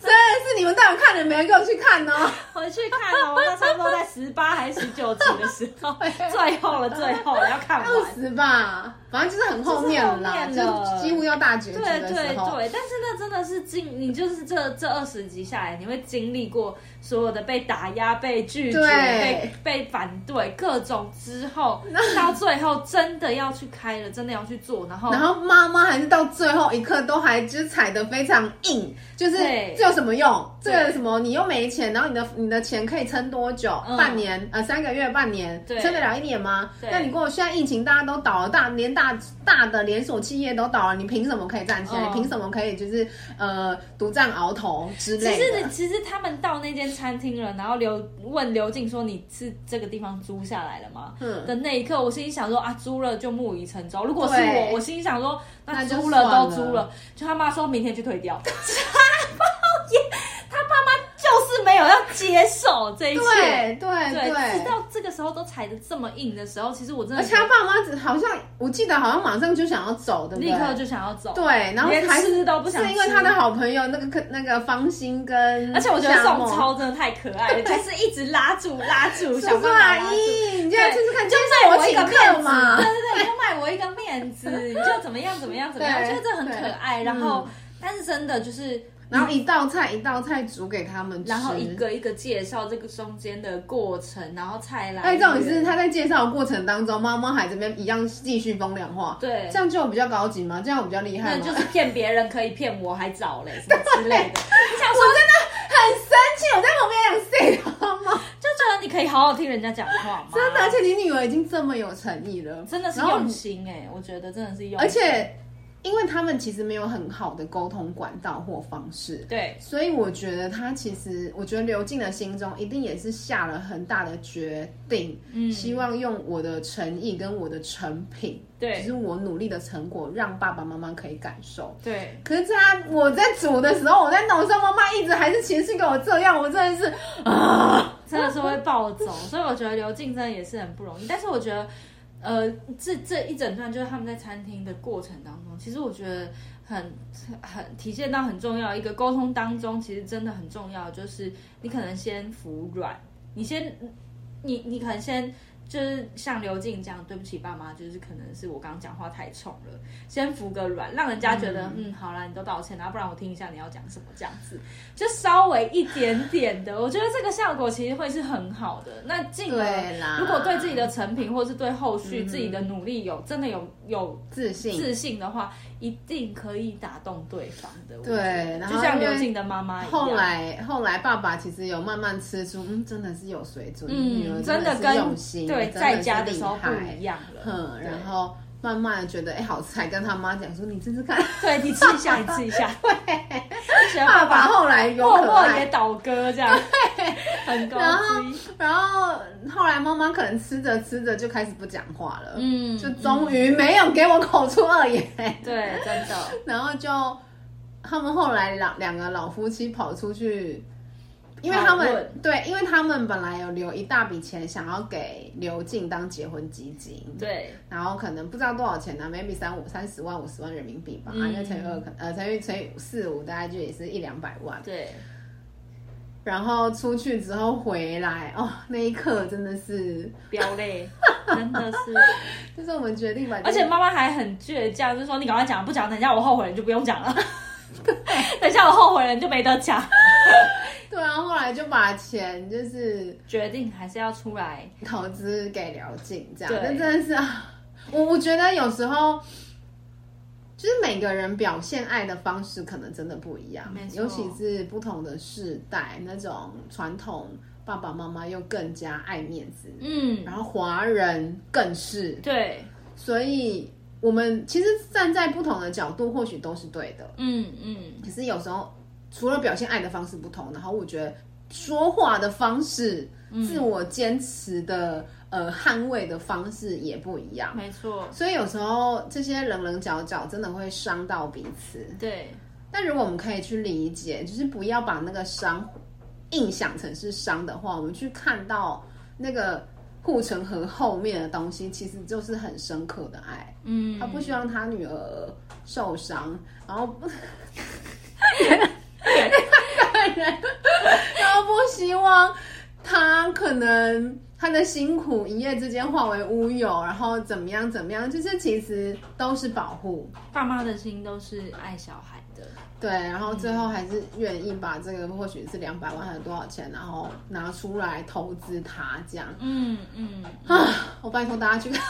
Speaker 1: 真的是你们到底看了没？给我去看哦！
Speaker 2: 回去看哦，我那差不多在十八还是十九集的时候，最后了，最后了要看完。
Speaker 1: 二十吧，反正就是很后面了啦，
Speaker 2: 就是后面了
Speaker 1: 就几乎要大结局
Speaker 2: 对
Speaker 1: 的
Speaker 2: 对
Speaker 1: 时候。
Speaker 2: 对，但是那真的是经，你就是这这二十集下来，你会经历过所有的被打压、被拒绝、
Speaker 1: 对
Speaker 2: 被被反对各种之后，到最后真的要去开了，真的要去做，然后
Speaker 1: 然后妈妈还是到最后一刻都还就是踩得非常硬，就是
Speaker 2: 对
Speaker 1: 这有什么用？这
Speaker 2: 对
Speaker 1: 个什么你又没钱，然后你的你的钱可以撑多久？
Speaker 2: 嗯
Speaker 1: 半年呃三个月半年，
Speaker 2: 对
Speaker 1: 撑得了一年吗？
Speaker 2: 对
Speaker 1: 那你跟我现在疫情大家都倒了，大连大大的连锁企业都倒了，你凭什么可以站起来？
Speaker 2: 嗯
Speaker 1: 你凭什么可以就是呃独占鳌头之
Speaker 2: 其
Speaker 1: 类
Speaker 2: 实
Speaker 1: 的
Speaker 2: 你？其实他们到那间餐厅了，然后刘问刘静说你是这个地方租下来了吗？
Speaker 1: 嗯
Speaker 2: 的那一刻，我心里想说啊，租了就木已成舟。如果是
Speaker 1: 对
Speaker 2: 我，我心里想说，
Speaker 1: 那
Speaker 2: 那
Speaker 1: 就
Speaker 2: 租
Speaker 1: 算
Speaker 2: 了
Speaker 1: 了
Speaker 2: 都租了，就他妈说明天去退掉，他爸妈就是没有要接受这一切。
Speaker 1: 对对
Speaker 2: 对，直
Speaker 1: 对。
Speaker 2: 到这个时候都踩得这么硬的时候，其实我真
Speaker 1: 而
Speaker 2: 的
Speaker 1: 且他爸妈只好像我记得好像马上就想要走，对不对？
Speaker 2: 立刻就想要走。
Speaker 1: 对，然后
Speaker 2: 连
Speaker 1: 还
Speaker 2: 吃都不想
Speaker 1: 是因为
Speaker 2: 吃
Speaker 1: 他的好朋友那个客那个方心跟，
Speaker 2: 而且我觉得宋
Speaker 1: 超
Speaker 2: 超真的太可爱了，就是一直拉住拉住，
Speaker 1: 叔
Speaker 2: 想
Speaker 1: 叔
Speaker 2: 办法
Speaker 1: 阿
Speaker 2: 拉住。
Speaker 1: 姨，你就
Speaker 2: 对
Speaker 1: 来试试看，
Speaker 2: 就
Speaker 1: 今天是
Speaker 2: 卖我一
Speaker 1: 请
Speaker 2: 个面
Speaker 1: 客
Speaker 2: 子，
Speaker 1: 嘛
Speaker 2: 对，对对，就卖我一个面子，你就怎么样怎么样怎么样，我
Speaker 1: 对
Speaker 2: 觉得这很可爱。
Speaker 1: 对
Speaker 2: 然后，但是真的就是。
Speaker 1: 然后一道菜一道菜煮给他们吃，
Speaker 2: 然后一个一个介绍这个中间的过程，然后菜来
Speaker 1: 哎，
Speaker 2: 源。
Speaker 1: 重点是他在介绍的过程当中，猫猫海这边一样继续风凉话，
Speaker 2: 对
Speaker 1: 这样就比较高级嘛，这样我比较厉害嘛，
Speaker 2: 那就是骗别人可以骗我，还早嘞什么之 类的。你想说
Speaker 1: 很哎生气，我在旁 边想 say 好吗？
Speaker 2: 就觉得你可以好好听人家讲话吗？
Speaker 1: 真的， 而且你女儿已经这么有诚意了，
Speaker 2: 真的是
Speaker 1: 然后
Speaker 2: 用心哎、我觉得真的是用心，
Speaker 1: 而且因为他们其实没有很好的沟通管道或方式。
Speaker 2: 对
Speaker 1: 所以我觉得他其实，我觉得刘静的心中一定也是下了很大的决定，
Speaker 2: 嗯
Speaker 1: 希望用我的诚意跟我的成品，就
Speaker 2: 对
Speaker 1: 是我努力的成果，让爸爸妈妈可以感受。
Speaker 2: 对，
Speaker 1: 可是他我在煮的时候，我在弄的时候，妈妈一直还是情绪跟我这样，我真的是啊，
Speaker 2: 真的是会暴走，所以我觉得刘静真的也是很不容易。但是我觉得，呃，这这一整段就是他们在餐厅的过程当中，其实我觉得很很体现到很重要一个沟通当中，其实真的很重要，就是你可能先服软，你先你你可能先。就是像刘静这样，对不起爸妈，就是可能是我刚刚讲话太冲了，先服个软，让人家觉得嗯好啦，你都道歉啦，不然我听一下你要讲什么这样子。就稍微一点点的，我觉得这个效果其实会是很好的。那进而
Speaker 1: 对啦
Speaker 2: 如果对自己的成品或是对后续
Speaker 1: 嗯
Speaker 2: 自己的努力有、真的有有
Speaker 1: 自信，
Speaker 2: 自信的话，一定可以打动对方的。我
Speaker 1: 对
Speaker 2: 觉得
Speaker 1: 然后
Speaker 2: 就像
Speaker 1: 因为
Speaker 2: 刘静的妈妈一样，
Speaker 1: 后来后来，爸爸其实有慢慢吃出，嗯，真的是有水准，女儿
Speaker 2: 嗯，真的
Speaker 1: 是
Speaker 2: 跟
Speaker 1: 用心，
Speaker 2: 对
Speaker 1: 真
Speaker 2: 在
Speaker 1: 是
Speaker 2: 家的
Speaker 1: 厉
Speaker 2: 时候不
Speaker 1: 害
Speaker 2: 一样了。
Speaker 1: 嗯，
Speaker 2: 对
Speaker 1: 然后慢慢的觉得，哎、好吃，还跟他妈讲说，你试试看。
Speaker 2: 对你吃一下，你吃一 下，对，觉得
Speaker 1: 爸
Speaker 2: 爸
Speaker 1: 爸
Speaker 2: 爸
Speaker 1: 后来有
Speaker 2: 默
Speaker 1: 可
Speaker 2: 默也
Speaker 1: 爱，
Speaker 2: 倒戈这样，很高
Speaker 1: 然后
Speaker 2: 级，
Speaker 1: 然后后来妈妈可能吃着吃着就开始不讲话了，
Speaker 2: 嗯
Speaker 1: 就终于没有给我口出恶言，
Speaker 2: 对，真的。
Speaker 1: 然后就他们后来两两个老夫妻跑出去，因为他
Speaker 2: 讨
Speaker 1: 们
Speaker 2: 论
Speaker 1: 对，因为他们本来有留一大笔钱想要给刘静当结婚基金，
Speaker 2: 对，
Speaker 1: 然后可能不知道多少钱呢、m a y b e 三五三十万五十万人民币吧，
Speaker 2: 嗯
Speaker 1: 因为乘以二可呃乘以乘以四五大概就也是一两百万。
Speaker 2: 对，
Speaker 1: 然后出去之后回来，哦，那一刻真的是，
Speaker 2: 飙泪，真的是。
Speaker 1: 就是我们决定把，
Speaker 2: 而且妈妈还很倔强，就说你赶快讲，不讲，等一下我后悔了你就不用讲 了。等一下我后悔了你就没得讲。
Speaker 1: 对啊，后来就把钱就是
Speaker 2: 决定还是要出来，
Speaker 1: 投资给辽静这样，
Speaker 2: 对
Speaker 1: 那真的是啊，我我觉得有时候。就是每个人表现爱的方式可能真的不一样
Speaker 2: 没，错
Speaker 1: 尤其是不同的世代，那种传统爸爸妈妈又更加爱面子，
Speaker 2: 嗯，
Speaker 1: 然后华人更是，
Speaker 2: 对，
Speaker 1: 所以我们其实站在不同的角度，或许都是对的。
Speaker 2: 嗯嗯，
Speaker 1: 可是有时候除了表现爱的方式不同，然后我觉得说话的方式、自我坚持的呃捍卫的方式也不一样。
Speaker 2: 没错，
Speaker 1: 所以有时候这些棱棱角角真的会伤到彼此，
Speaker 2: 对，
Speaker 1: 但如果我们可以去理解，就是不要把那个伤硬想成是伤的话，我们去看到那个护城河后面的东西，其实就是很深刻的爱。
Speaker 2: 嗯
Speaker 1: 他，不希望他女儿受伤，然后不，然后不希望他可能他的辛苦一夜之间化为乌有，然后怎么样怎么样，就是其实都是保护。
Speaker 2: 爸妈的心都是爱小孩的，
Speaker 1: 对，然后最后还是愿意把这个或许是两百万还是多少钱，然后拿出来投资它这样。
Speaker 2: 嗯嗯。
Speaker 1: 啊，我拜托大家去看。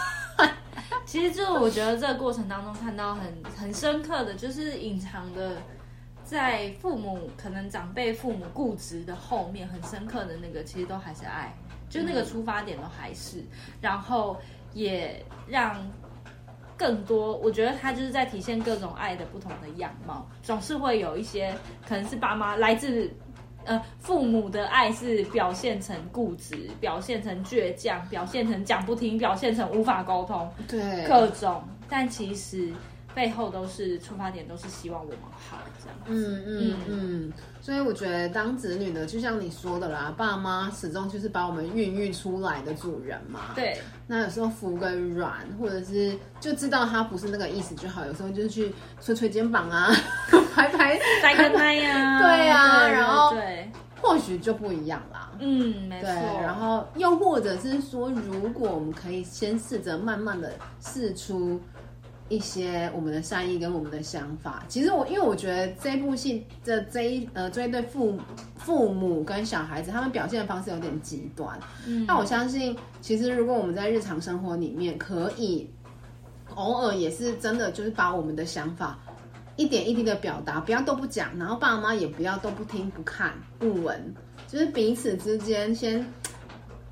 Speaker 2: 其实就是我觉得这个过程当中看到很很深刻的，就是隐藏的在父母可能长辈父母固执的后面，很深刻的那个其实都还是爱，就那个出发点都还是，然后也让。更多，我觉得他就是在体现各种爱的不同的样貌，总是会有一些可能是爸妈来自呃，父母的爱是表现成固执，表现成倔强，表现成讲不听，表现成无法沟通，
Speaker 1: 对，
Speaker 2: 各种。但其实背后都是出发点，都是希望我们好这样。
Speaker 1: 嗯嗯嗯，所以我觉得当子女的，就像你说的啦，爸妈始终就是把我们孕育出来的主人嘛。
Speaker 2: 对，
Speaker 1: 那有时候服个软，或者是就知道他不是那个意思就好。有时候就是去捶捶肩膀啊， 拍拍，
Speaker 2: 塞个奶 呀，
Speaker 1: 对啊
Speaker 2: 对
Speaker 1: 然后
Speaker 2: 对，
Speaker 1: 或许就不一样啦。
Speaker 2: 嗯，没错
Speaker 1: 对，。然后又或者是说，如果我们可以先试着慢慢的试出一些我们的善意跟我们的想法。其实我因为我觉得这部戏的这一呃这一对父父母跟小孩子，他们表现的方式有点极端。嗯，那我相信，其实如果我们在日常生活里面可以偶尔也是真的就是把我们的想法。一点一滴的表达，不要都不讲，然后爸妈也不要都不听、不看、不闻，就是彼此之间先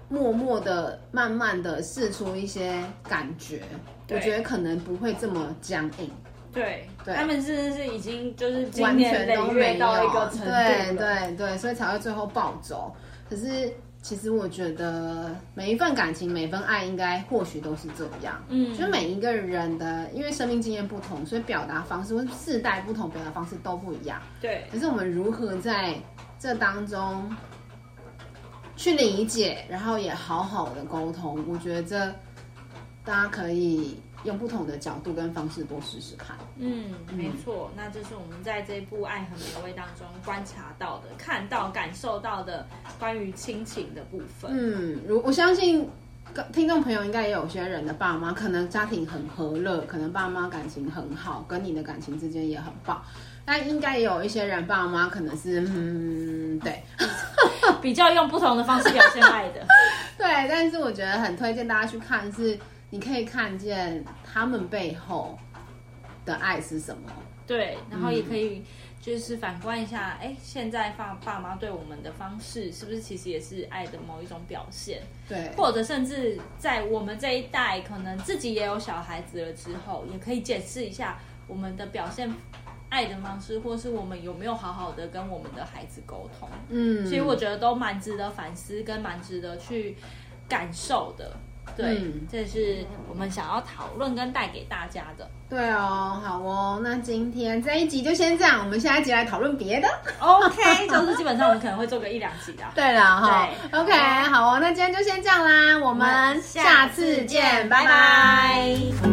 Speaker 1: 默默的、慢慢的试出一些感觉，我
Speaker 2: 对
Speaker 1: 觉得可能不会这么僵硬，
Speaker 2: 对，
Speaker 1: 对
Speaker 2: 他们真的是已经就是经
Speaker 1: 完
Speaker 2: 年
Speaker 1: 全
Speaker 2: 累
Speaker 1: 都没
Speaker 2: 月
Speaker 1: 有，
Speaker 2: 到一个程度
Speaker 1: 对
Speaker 2: 了
Speaker 1: 对对，所以才会最后暴走。可是其实我觉得每一份感情、每一份爱，应该或许都是这样。
Speaker 2: 嗯
Speaker 1: 就每一个人的，因为生命经验不同，所以表达方式或是世代不同，表达方式都不一样。
Speaker 2: 对
Speaker 1: 可是我们如何在这当中去理解，然后也好好的沟通，我觉得这大家可以用不同的角度跟方式多试试看。
Speaker 2: 嗯，没错，那这是我们在这部《爱很美味》当中观察到的、看到、感受到的关于亲情的部分。
Speaker 1: 嗯，如我相信。听众朋友应该也有些人的爸妈可能家庭很和乐，可能爸妈感情很好，跟你的感情之间也很棒。但应该也有一些人爸妈可能是嗯，对
Speaker 2: 比较用不同的方式表现爱的。
Speaker 1: 对。但是我觉得很推荐大家去看，是你可以看见他们背后的爱是什么。
Speaker 2: 对，然后也可以就是反观一下，哎、现在爸爸妈对我们的方式，是不是其实也是爱的某一种表现？
Speaker 1: 对，
Speaker 2: 或者甚至在我们这一代，可能自己也有小孩子了之后，也可以检视一下我们的表现。爱的方式，或是我们有没有好好的跟我们的孩子沟通，
Speaker 1: 嗯，
Speaker 2: 其实我觉得都蛮值得反思，跟蛮值得去感受的。对，
Speaker 1: 嗯
Speaker 2: 这是我们想要讨论跟带给大家的。
Speaker 1: 对哦，好哦，那今天这一集就先这样，我们下一集来讨论别的。
Speaker 2: OK，就是基本上我们可能会做个一两集的啊。
Speaker 1: 对了哈
Speaker 2: 对
Speaker 1: ，OK，好哦，那今天就先这样啦，我们下次见，拜拜。
Speaker 2: 拜